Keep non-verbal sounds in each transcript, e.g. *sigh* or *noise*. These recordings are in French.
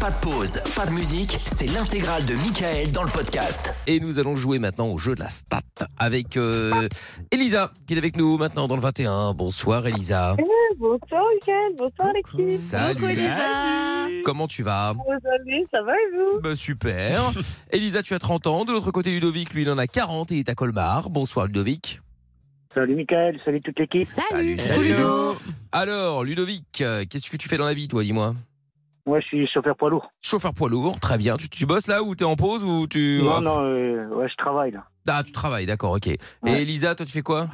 Pas de pause, pas de musique, c'est l'intégrale de Michael dans le podcast. Et nous allons jouer maintenant au jeu de la stat avec euh, Elisa qui est avec nous maintenant dans le 21. Bonsoir Elisa. Bonsoir Michel, bonsoir l'équipe. Salut. Elisa. Comment tu vas Vous allez, ça va et vous Bah, Super. *laughs* Elisa, tu as 30 ans. De l'autre côté, Ludovic, lui, il en a 40 et il est à Colmar. Bonsoir Ludovic. Salut Michael, salut toute l'équipe. Salut, Salut, salut. Ludo. Alors Ludovic, euh, qu'est-ce que tu fais dans la vie toi, dis-moi Moi je suis chauffeur poids lourd. Chauffeur poids lourd, très bien. Tu, tu bosses là ou t'es en pause ou tu... Non, non, euh, ouais, je travaille là. Ah, tu travailles, d'accord, ok. Et Ouais. Elisa, toi, tu fais quoi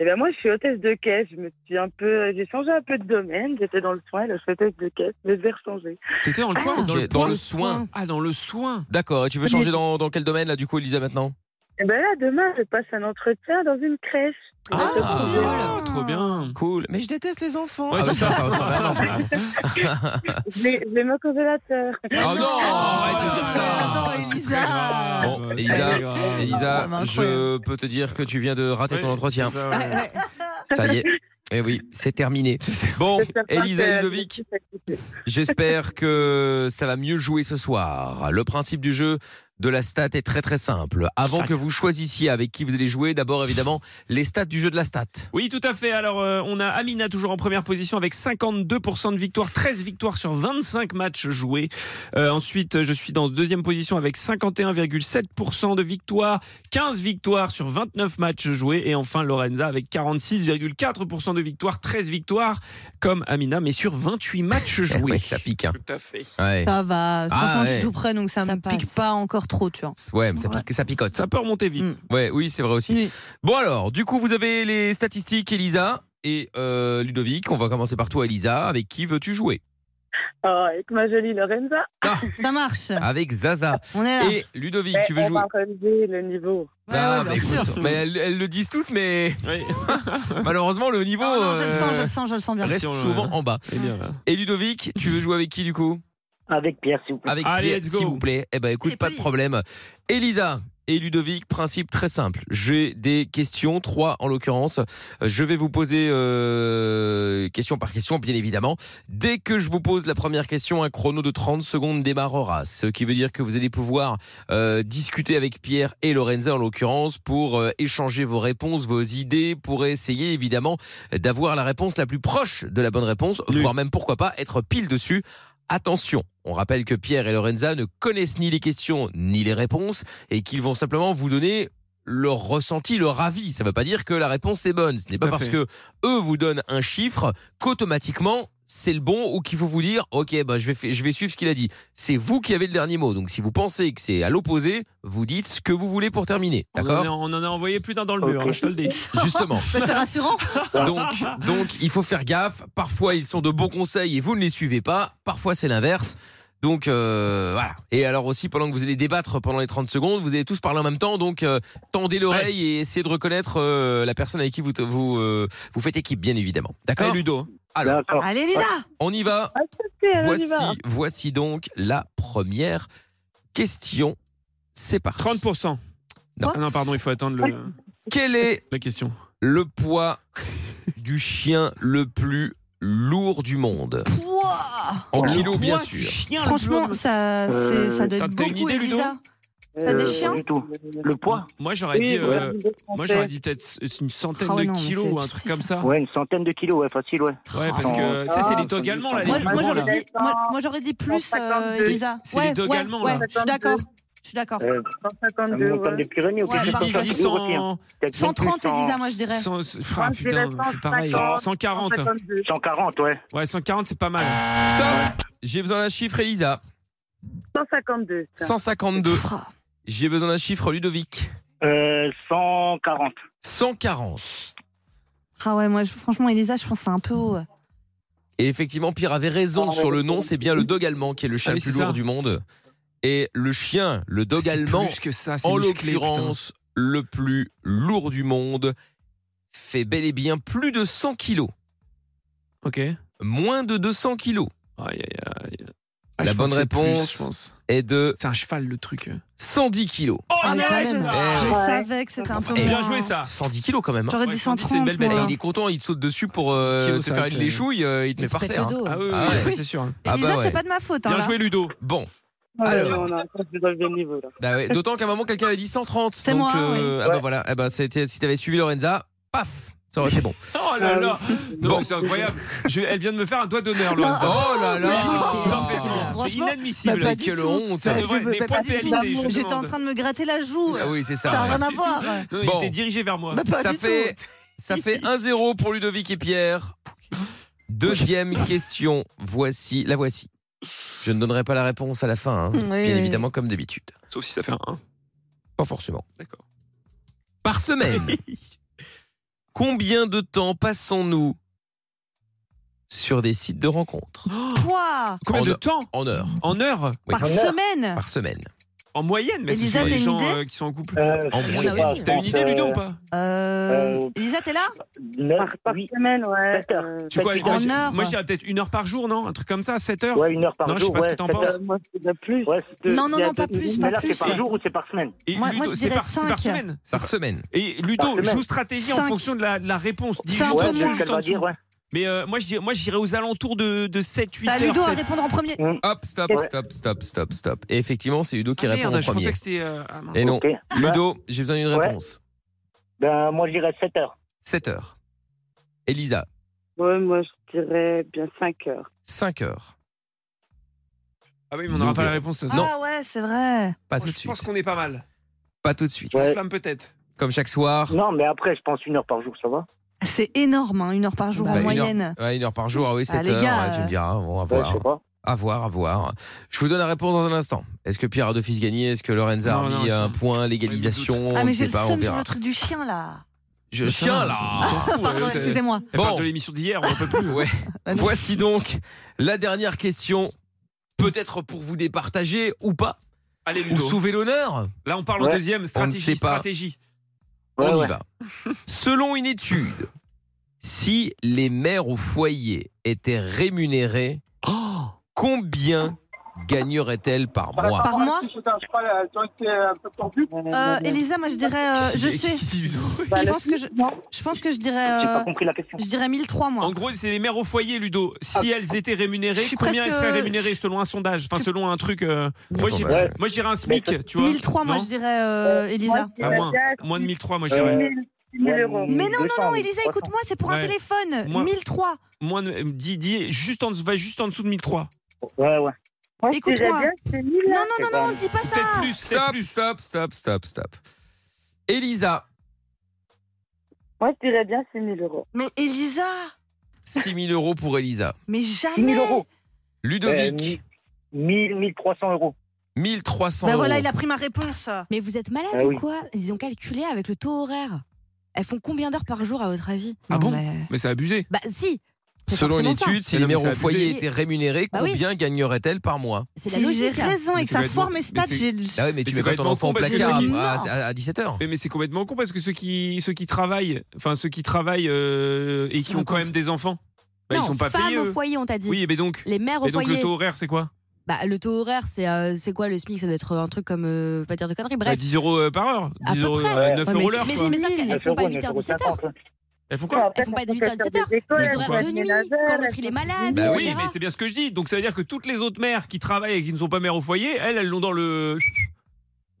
Eh ben moi je suis hôtesse de caisse, je me suis un peu, j'ai changé un peu de domaine, j'étais dans le soin, là je suis hôtesse de caisse, mais je vais rechanger. T'étais dans le coin Ah, dans, j'ai- le dans coin le soin. Ah, dans le soin. D'accord, et tu veux changer dans, dans quel domaine là, du coup, Elisa, maintenant Eh ben là demain je passe un entretien dans une crèche. Je vais Ah, te Ah, proposer- voilà, trop bien. Cool. Mais je déteste les enfants. Ouais, Ah, c'est hein. bah, ça, ça. ça, ça, va, *laughs* non. J'ai j'ai mon congélateur. Ah hein. non, arrête de dire ça. Attends, Oh, c'est Elisa. très grave, Bon, Ah, c'est Elisa, très grave. Elisa, Ah, je peux te dire que tu viens de rater Ouais, ton entretien. c'est ça, ouais. Ça y est. Eh oui, c'est terminé. Bon, J'espère pas Elisa que- et Ludovic, j'espère que ça va mieux jouer ce soir. Le principe du jeu de la stat est très très simple. Avant que vous choisissiez avec qui vous allez jouer, d'abord évidemment les stats du jeu de la stat. Oui, tout à fait. Alors, euh, on a Amina toujours en première position avec 52% de victoire, 13 victoires sur 25 matchs joués. Euh, ensuite, je suis dans deuxième position avec 51,7% de victoire, 15 victoires sur 29 matchs joués. Et enfin, Lorenza avec 46,4% de victoire, 13 victoires comme Amina, mais sur 28 matchs Eh joués. ouais, ça pique. hein. Tout à fait. Ouais. Ça va, franchement, Ah, je ouais. suis tout près, donc ça, Ça me passe. pique pas encore trop, tu vois. Ouais, mais ça, pique, ça picote. Ça peut remonter vite. Mm. Ouais, oui, c'est vrai aussi. Oui. Bon alors, du coup, vous avez les statistiques, Elisa et euh, Ludovic. On va commencer par toi, Elisa. Avec qui veux-tu jouer Oh, avec ma jolie Lorenza. Ça marche, Ah. Avec Zaza. on est là. Et Ludovic, Eh, tu veux on jouer va relever le niveau. Ouais, Ah. ouais, bah, bien sûr. écoute, mais elles, elles le disent toutes, mais *laughs* Oui. malheureusement, le niveau Non, Oh, non, je le sens, je euh, le sens, je le sens bien. reste Si on le- souvent en bas. Eh bien, là. Et Ludovic, tu veux jouer avec qui du coup Avec Pierre, s'il vous plaît. Avec Allez, Pierre, let's go. s'il vous plaît. Eh ben, écoute, Et pas de puis. problème. Elisa et Ludovic, principe très simple. J'ai des questions, trois en l'occurrence. Je vais vous poser euh, question par question, bien évidemment. Dès que je vous pose la première question, un chrono de 30 secondes démarrera. Ce qui veut dire que vous allez pouvoir euh, discuter avec Pierre et Lorenza, en l'occurrence, pour euh, échanger vos réponses, vos idées, pour essayer, évidemment, d'avoir la réponse la plus proche de la bonne réponse, voire même, pourquoi pas, être pile dessus. Attention, on rappelle que Pierre et Lorenza ne connaissent ni les questions ni les réponses et qu'ils vont simplement vous donner leur ressenti, leur avis. Ça ne veut pas dire que la réponse est bonne. Ce n'est Tout pas à parce fait. que eux vous donnent un chiffre qu'automatiquement c'est le bon ou qu'il faut vous dire ok bah, je, vais, fa- je vais suivre ce qu'il a dit. C'est vous qui avez le dernier mot. Donc si vous pensez que c'est à l'opposé, vous dites ce que vous voulez pour terminer. On, en a, D'accord on en a envoyé plus d'un dans le mur, Ok. hein, je te le dis. *laughs* Justement. Bah, c'est rassurant. Donc, donc, il faut faire gaffe. Parfois, ils sont de bons conseils et vous ne les suivez pas. Parfois, c'est l'inverse. Donc, euh, voilà. Et alors aussi, pendant que vous allez débattre pendant les 30 secondes, vous allez tous parler en même temps. Donc, euh, tendez l'oreille et essayez de reconnaître euh, la personne avec qui vous, vous, euh, vous faites équipe, bien évidemment. Eh, D'accord Ludo. Alors, D'accord. Allez, Lisa on y va. Ok, on y Voici, va. hein. voici donc la première question. C'est parti. 30%. Non. Ah non, pardon, il faut attendre le- Quel est la question. le poids du chien le plus lourd du monde Pouah En Le kilos, bien Toi, tu sûr. chiens, Franchement, Ludo. ça, Euh, c'est- ça doit t'as- être t'as une beaucoup, idée, Ludo Elisa. T'as des chiens pas Euh, du tout. Le poids Moi, j'aurais Oui, dit, euh, voilà, je vais moi, français. j'aurais dit peut-être une centaine Ah ouais, de non, mais kilos c'est- ou un truc comme ça. Ouais, Ouais, une centaine de kilos, ouais, facile, ouais. parce que tu sais, c'est les dogs allemands là, les Moi, plus moi, grands j'aurais là. dit, moi, moi, j'aurais dit plus, euh, 152. Elisa. C'est les dogs allemands, ouais, là. je suis d'accord. Je suis d'accord. Euh, une 152, montagne ouais. des Pyrénées ou Ouais, quelque Il chose bah, dit- comme il ça, dit c'est lourd aussi, hein. 100, Peut-être même 130, plus, cent- Elisa, moi, je dirais. 100, ah, putain, c'est pareil. 140. 152. 140, ouais. Ouais, 140, c'est pas mal. Stop J'ai besoin d'un chiffre, Elisa. 152. ça. 152. Fra- J'ai besoin d'un chiffre, Ludovic. Euh, 140. 140. Ah ouais, moi, je- franchement, Elisa, je pense que c'est un peu haut. Ah, ouais. Et effectivement, Pierre avait Ah, raison sur le nom. C'est bien le dog allemand qui est le chien Ah oui, le plus c'est lourd ça. du monde. Et le chien, le dog C'est allemand, Plus que ça, c'est en musclé, putain. l'occurrence, le plus lourd du monde, fait bel et bien plus de 100 kilos. Ok. Aïe, Moins de 200 kilos. aïe, aïe. Ah, La je pense bonne que c'est plus, réponse. je pense. est de C'est un cheval, le truc. 110 kilos. Oh, Ah, mais ouais, je, Ah, je ouais. savais que c'était un peu Eh, Bien moins. joué, ça. 110 kilos quand même. hein. J'aurais Ouais, dit je me dis, c'est une 130. belle bête. moi. Et il est content, il te saute dessus pour euh, 110 kilos, te c'est faire vrai que une c'est- léchouille, euh, il te met par Très peu terre. hein. oh. d'eau. Ah oui, oui, Ah ouais. oui, c'est sûr. Et Ah Lisa, bah ouais. c'est pas de ma faute. hein, Bien là. joué, Ludo. Bon, Alors. Ah, Alors. On a un peu de relevé le niveau, là. bah ouais, d'autant qu'à un moment quelqu'un avait dit 130. C'est donc moi, ah bah Ouais. voilà, eh bah, c'était- si t'avais suivi Lorenza, paf, ça aurait été bon. Oh là là Non, mais c'est incroyable. Je- elle vient de me faire un doigt d'honneur, oh Ah, Lorenza. là là c'est- Non, mais c'est- non, C'est franchement, inadmissible. bah, pas Mais du quelle tout. honte Ça Bah, devrait je être veux des pas points du tout. pénalisés, je J'étais en demande. train de me gratter la joue. Ah oui, c'est ça. Ça n'a ouais. rien à voir. Non, il Bon. était dirigé vers moi. Bah, pas ça du fait, tout. ça fait 1-0 pour Ludovic et Pierre. Deuxième question, voici, la voici. Je ne donnerai pas la réponse à la fin, hein, Oui, bien oui, évidemment, comme d'habitude. Sauf si ça fait un 1. Pas forcément. D'accord. Par semaine, combien de temps passons-nous sur des sites de rencontres Quoi *laughs* Combien En de heure. temps En heure. En heure Oui, Par semaine par semaine. En moyenne Mais c'est Elisa, sur les t'as une gens idée euh, qui sont en couple. Euh, En je sais moyenne. pas, je T'as une pense, idée, Ludo, euh, ou pas euh... Elisa, t'es là neuf, Par, par huit. semaine, ouais. Sept heures. Euh, Tu quoi, bah, sept moi, En je- heure. Moi, je dirais peut-être une heure par jour, non Un truc comme ça, 7 heures Ouais, une heure par Non, je sais jour. pas ce ouais, que t'en sept penses. heures. heures. Moi, c'est la plus. Ouais, c'est- Non, non, il y a non, pas deux- plus, Mais pas là, plus. c'est par jour ou c'est par semaine Et Moi- moi, je c'est dirais par, c'est cinq. par semaine. C'est Par par- semaine. Et Ludo, Par semaine. joue stratégie en Cinq. fonction de la, de la réponse. Dis Fais un juste peu Ouais, en c'est moins. dessous, ce juste qu'elle en va dessous. dire, ouais. Mais euh, moi, je dirais, moi, j'irais aux alentours de, de 7, 8 T'as heures. Bah, Ludo à peut-être. répondre en premier. Hop, stop, Ouais. stop, stop, stop, stop. Et effectivement, c'est Ludo qui Ah, répond merde, en je premier. pensais que c'était. euh, ah, mince. Et non, Ok. Ludo, j'ai besoin d'une Ouais. réponse. Ben, moi, je dirais 7 heures. 7 heures. Elisa, Ouais, moi, je dirais bien 5 heures. 5 heures. Ah oui, mais on n'aura pas la réponse. ça. Ah ouais, c'est vrai. Pas Oh, tout de je pense suite. qu'on est pas mal. Pas tout de suite. Ouais. Flamme peut-être. Comme chaque soir. Non, mais après, je pense une heure par jour, ça va. C'est énorme, hein, une heure par jour Bah, en Bah, une heure- moyenne. ouais, une heure par jour, ah oui, 7 les heures. gars, ouais, tu me euh, diras, hein, bon, à Ouais, voir. je sais pas. À voir, à voir. Je vous donne la réponse dans un instant. Est-ce que Pierre a de fils gagné Est-ce que Lorenza Non, a non, mis ça- un point Ouais, Légalisation ah, On ne mais j'ai sait le pas, on seum sur verra. le truc du chien, là. Je chien là Ah, Pardon, excusez-moi. Elle Bon. parle de l'émission d'hier, on en peut plus. Ouais. Ah non. Voici donc la dernière question. Peut-être pour vous départager ou pas, Allez, ou Ludo. sauver l'honneur. Là, on parle au Ouais. deuxième. Stratégie, sait pas. stratégie. Ouais, on y ouais. va. Selon une étude, si les mères au foyer étaient rémunérées, combien gagneraient-elles par mois Par mois euh, Ouais, Elisa, moi je dirais, euh, je sais, je pense que je, je pense que je dirais, J'ai pas euh, compris la question. je dirais 1003 moi. En gros, c'est les mères au foyer, Ludo. Si elles étaient rémunérées, Je suis combien elles presque- seraient rémunérées selon un sondage Enfin, Je- selon un truc. euh, Un Moi, j'ai- sondage. moi, je dirais un SMIC, tu vois. 1003 moi Non je dirais, euh, Elisa. Ah, moins. Moins de 1003, moi, je dirais. Euh, 1000 euros. Mais non, non, 1200, non, Elisa, 1300. écoute-moi, c'est pour un Ouais. téléphone. Moi- 1003. Moins de. euh, Dis, dis, juste en, va juste en dessous de 1003. Ouais, ouais. Moi, je Écoute-moi. dirais bien, c'est 1000 Non, là. non, c'est non, non, bon. dis pas Peut-être ça. plus, peut-être Stop, plus. stop, stop, stop, stop. Elisa, Moi, je dirais bien, c'est 1000 euros. Mais Elisa, 6 000 euros pour Elisa. mais 1000 jamais. euros. Euh, Ludovic, 1000, 1300 euros. 1300 Bah voilà, euros. il a pris ma réponse. Mais vous êtes malade Ah ou oui. quoi Ils ont calculé avec le taux horaire. Elles font combien d'heures par jour à votre avis Ah Non, bon mais- Mais c'est abusé. Bah si C'est Selon une forcément ça. étude, si Mais les non, mais mères ça au a foyer abusé. étaient rémunérées, Bah oui. combien gagneraient-elles par mois C'est la Si j'ai logique. raison Mais et que c'est ça complètement- forme mes mais stats, c'est- j'ai le- Ah oui, mais Mais tu c'est mets pas ton complètement enfant au con, parce que- placard Non. à, 17h. Mais, mais c'est complètement con parce que ceux qui, ceux qui travaillent, enfin ceux qui travaillent euh, et qui Ils ont ont quand même des enfants, bah, non, ils sont pas femmes payés. au eux. foyer, on t'a dit. Oui, mais donc, Les mères au mais donc foyer. le taux horaire, c'est quoi Bah, le taux horaire, c'est euh, c'est quoi le SMIC Ça doit être un truc comme. euh, pas dire de conneries, Bah, bref. 10 euros euh, par heure, À 10 peu euros, près. euh, 9 Ouais, euros mais l'heure. Mais, quoi. mais ça, elles 9 font pas euros, 9,50 8h, 17h. euros. Elles font Ouais, quoi en fait, font pas de elles 8 à faire 17 heures. des écoles, Les elles elles font horaires font de des nuit, ménages, quand elles l'autre il est font- malade. Bah Bah oui, etc. mais c'est bien ce que je dis. Donc ça veut dire que toutes les autres mères qui travaillent et qui ne sont pas mères au foyer, elles, elles l'ont dans le.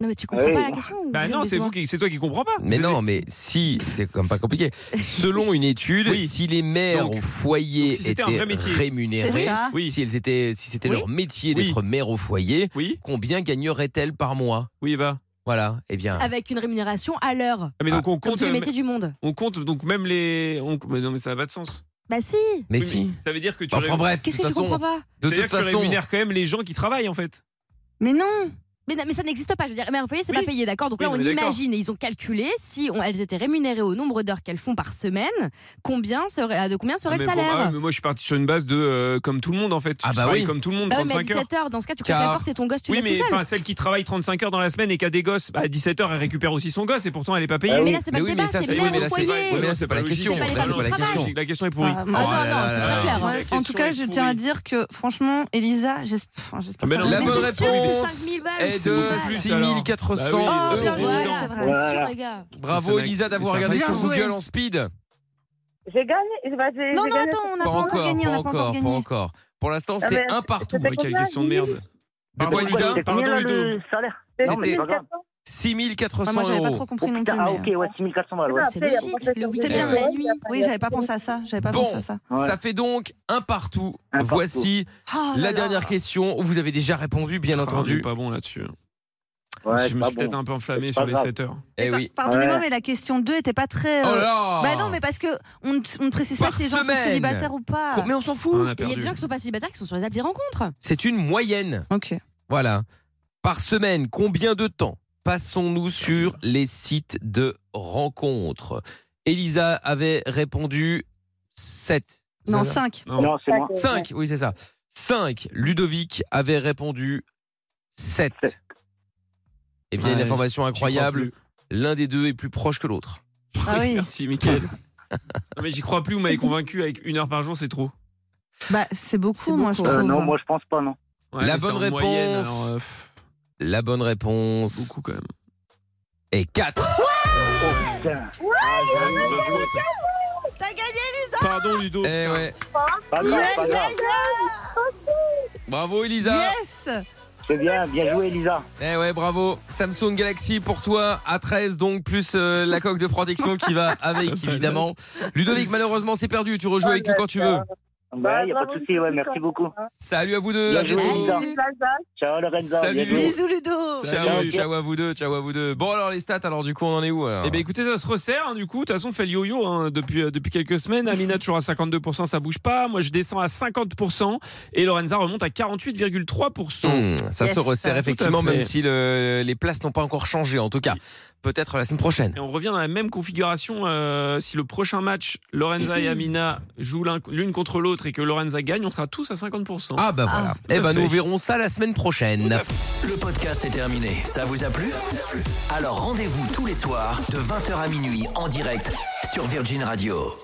Non, mais tu comprends Ouais. pas la question ou Bah j'ai non, c'est besoin vous qui, c'est toi qui comprends pas. Mais C'est- non, mais si, c'est comme pas compliqué. Selon une étude, Oui. si les mères Donc- au foyer donc si étaient c'était un vrai métier. C'est rémunérées, Ah. ça. Oui, si elles étaient, si c'était Oui. leur métier Oui. d'être mère au foyer, oui, combien gagneraient-elles par mois oui, bah. Voilà, eh bien, Avec une rémunération à l'heure. Ah, mais donc on Comme compte, tous les euh, métiers du monde. on compte donc même les. on- Mais non, mais ça n'a pas de sens. Bah si mais Oui, si. Bah, Ça veut dire que tu. Enfin ré- bref, de Qu'est-ce toute que tu comprends façon, pas de C'est-à-dire toute que tu façon, rémunères quand même les gens qui travaillent en fait. Mais non. Mais, non, mais ça n'existe pas. Je veux dire, mère au foyer, c'est Oui. pas payé, d'accord Donc Oui, là, on on est d'accord. imagine et ils ont calculé si on- elles étaient rémunérées au nombre d'heures qu'elles font par semaine, combien serait, à de combien serait mais le pour- salaire ah, mais moi, je suis parti sur une base de euh, comme tout le monde en fait. Tu Ah bah travailles oui. comme tout le monde, Bah oui, mais à 35 heures. 17 heures, dans ce cas, tu Car- claques la porte et ton gosse, tu le Oui, laisses mais tout seul. enfin, celle qui travaille 35 heures dans la semaine et qui a des gosses, bah, à 17 heures, elle récupère aussi son gosse et pourtant elle n'est pas payée. Ah mais oui. là, c'est pas Mais le Bah oui, débat, mais ça, c'est c'est- le oui, mère mais là, au c'est- foyer. oui, mais là, c'est pas la question. pas les Là, c'est femmes pas qui la travaillent. question. La question est pourrie. Ah, Ah moi, Oh non, là non, là c'est là très là. clair. hein. moi, la en question tout cas, est je tiens à pourrie. dire que franchement, Elisa, j'esp- enfin, j'espère. Mais non, pas. Ah, La mais bonne c'est sûr que réponse 5000 balles, est c'est de normal. 6400 Bah oui. Oh, bien euros. joué. Voilà, c'est c'est vrai. sûr, les gars. Bravo Ça, ça Elisa d'avoir m'a- regardé Bien sur joué. Google en speed. J'ai gagné. bah, j'ai- Non, j'ai non, gagné. attends, on n'a pas, encore gagné, pas on n'a pas encore encore, pas gagné. ben, encore. Pour l'instant, Ah, c'est mais un partout. c'était Ouais, quelle combien, question de merde. Pardon Pardon, Elisa C'est Ah pardon combien, là, Ludo. le salaire Non, mais c'est pas grave. 1400. Ah, 6400 moi, j'avais pas euros. trop compris Oh, non plus. putain, ah, mais- ok, ouais, 6400 balles, ouais. C'est logique, le week-end, bien, la nuit. Oui, j'avais pas pensé à ça. J'avais pas Bon. pensé à ça. Ouais. Ça fait donc un partout. Un partout. Voici Ah, la là là. dernière question où vous avez déjà répondu, bien Ah, on est entendu. pas bon là-dessus. Ouais, je c'est me pas suis peut-être bon. un peu enflammé C'est sur pas les grave. 7 heures. Mais Eh par- oui. Pardonnez-moi, Ouais. mais la question 2 était pas très. Oh euh, là Bah non, mais parce que on ne on ne précise pas Par si les gens semaine. sont célibataires ou pas. Mais on s'en On fout. a Il y a perdu. des gens qui sont pas célibataires qui sont sur les applis de rencontre. C'est une moyenne. Ok. Voilà. Par semaine, combien de temps passons-nous sur les sites de rencontres Elisa avait répondu 7. Non, 5. Non. Non, c'est moi. 5, oui, c'est ça. 5. Ludovic avait répondu 7. Sept. Eh bien, Ouais, une information J'y crois incroyable, plus. l'un des deux est plus proche que l'autre. Ah oui. Merci, *laughs* Mickaël. Non, mais j'y crois plus, vous m'avez convaincu avec une heure par jour, c'est trop. Bah, c'est beaucoup, C'est moi, je beaucoup. trouve. Euh, non, moi, je pense pas, non. Ouais, La mais c'est bonne en moyenne, réponse. alors, euh, pff, La bonne réponse beaucoup quand même. est 4. Oh, putain. T'as gagné Pardon, Ludo. Eh putain. ouais. Pas grave, pas grave. Bravo, Elisa. Yes C'est bien, bien joué, Elisa. Eh ouais, bravo. Samsung Galaxy pour toi à 13 donc plus euh, la coque de protection qui va avec évidemment. Ludovic malheureusement c'est perdu, tu rejoues avec nous quand tu veux. Bah, Ouais, Bah, y a pas de souci, ouais, merci beaucoup. Salut à vous deux, à Bien joué, bientôt. Elisa. Salut. Ciao, Lorenza. Salut. bien joué. Bisous, Ciao, Ludo Salut. ciao à vous deux, ciao à vous deux. Bon alors les stats alors du coup on en est où alors Eh ben écoutez, ça se resserre hein, du coup. De toute façon, on fait le yo-yo hein, depuis, euh, depuis quelques semaines. Amina toujours à 52%, ça bouge pas. Moi, je descends à 50% et Lorenza remonte à 48,3%. Hmm, ça Yes, se resserre tout à effectivement, fait. même si le- les places n'ont pas encore changé, en tout cas. Peut-être la semaine prochaine. Et on revient dans la même configuration. euh, si le prochain match, Lorenza et Amina jouent l'un- l'une contre l'autre et que Lorenza gagne, on sera tous à 50%. Ah bah voilà. à eh ben fait. nous verrons ça la semaine Tout prochaine. à fait. Le podcast est terminé. Ça vous a plu Alors rendez-vous tous les soirs de 20h à minuit en direct sur Virgin Radio.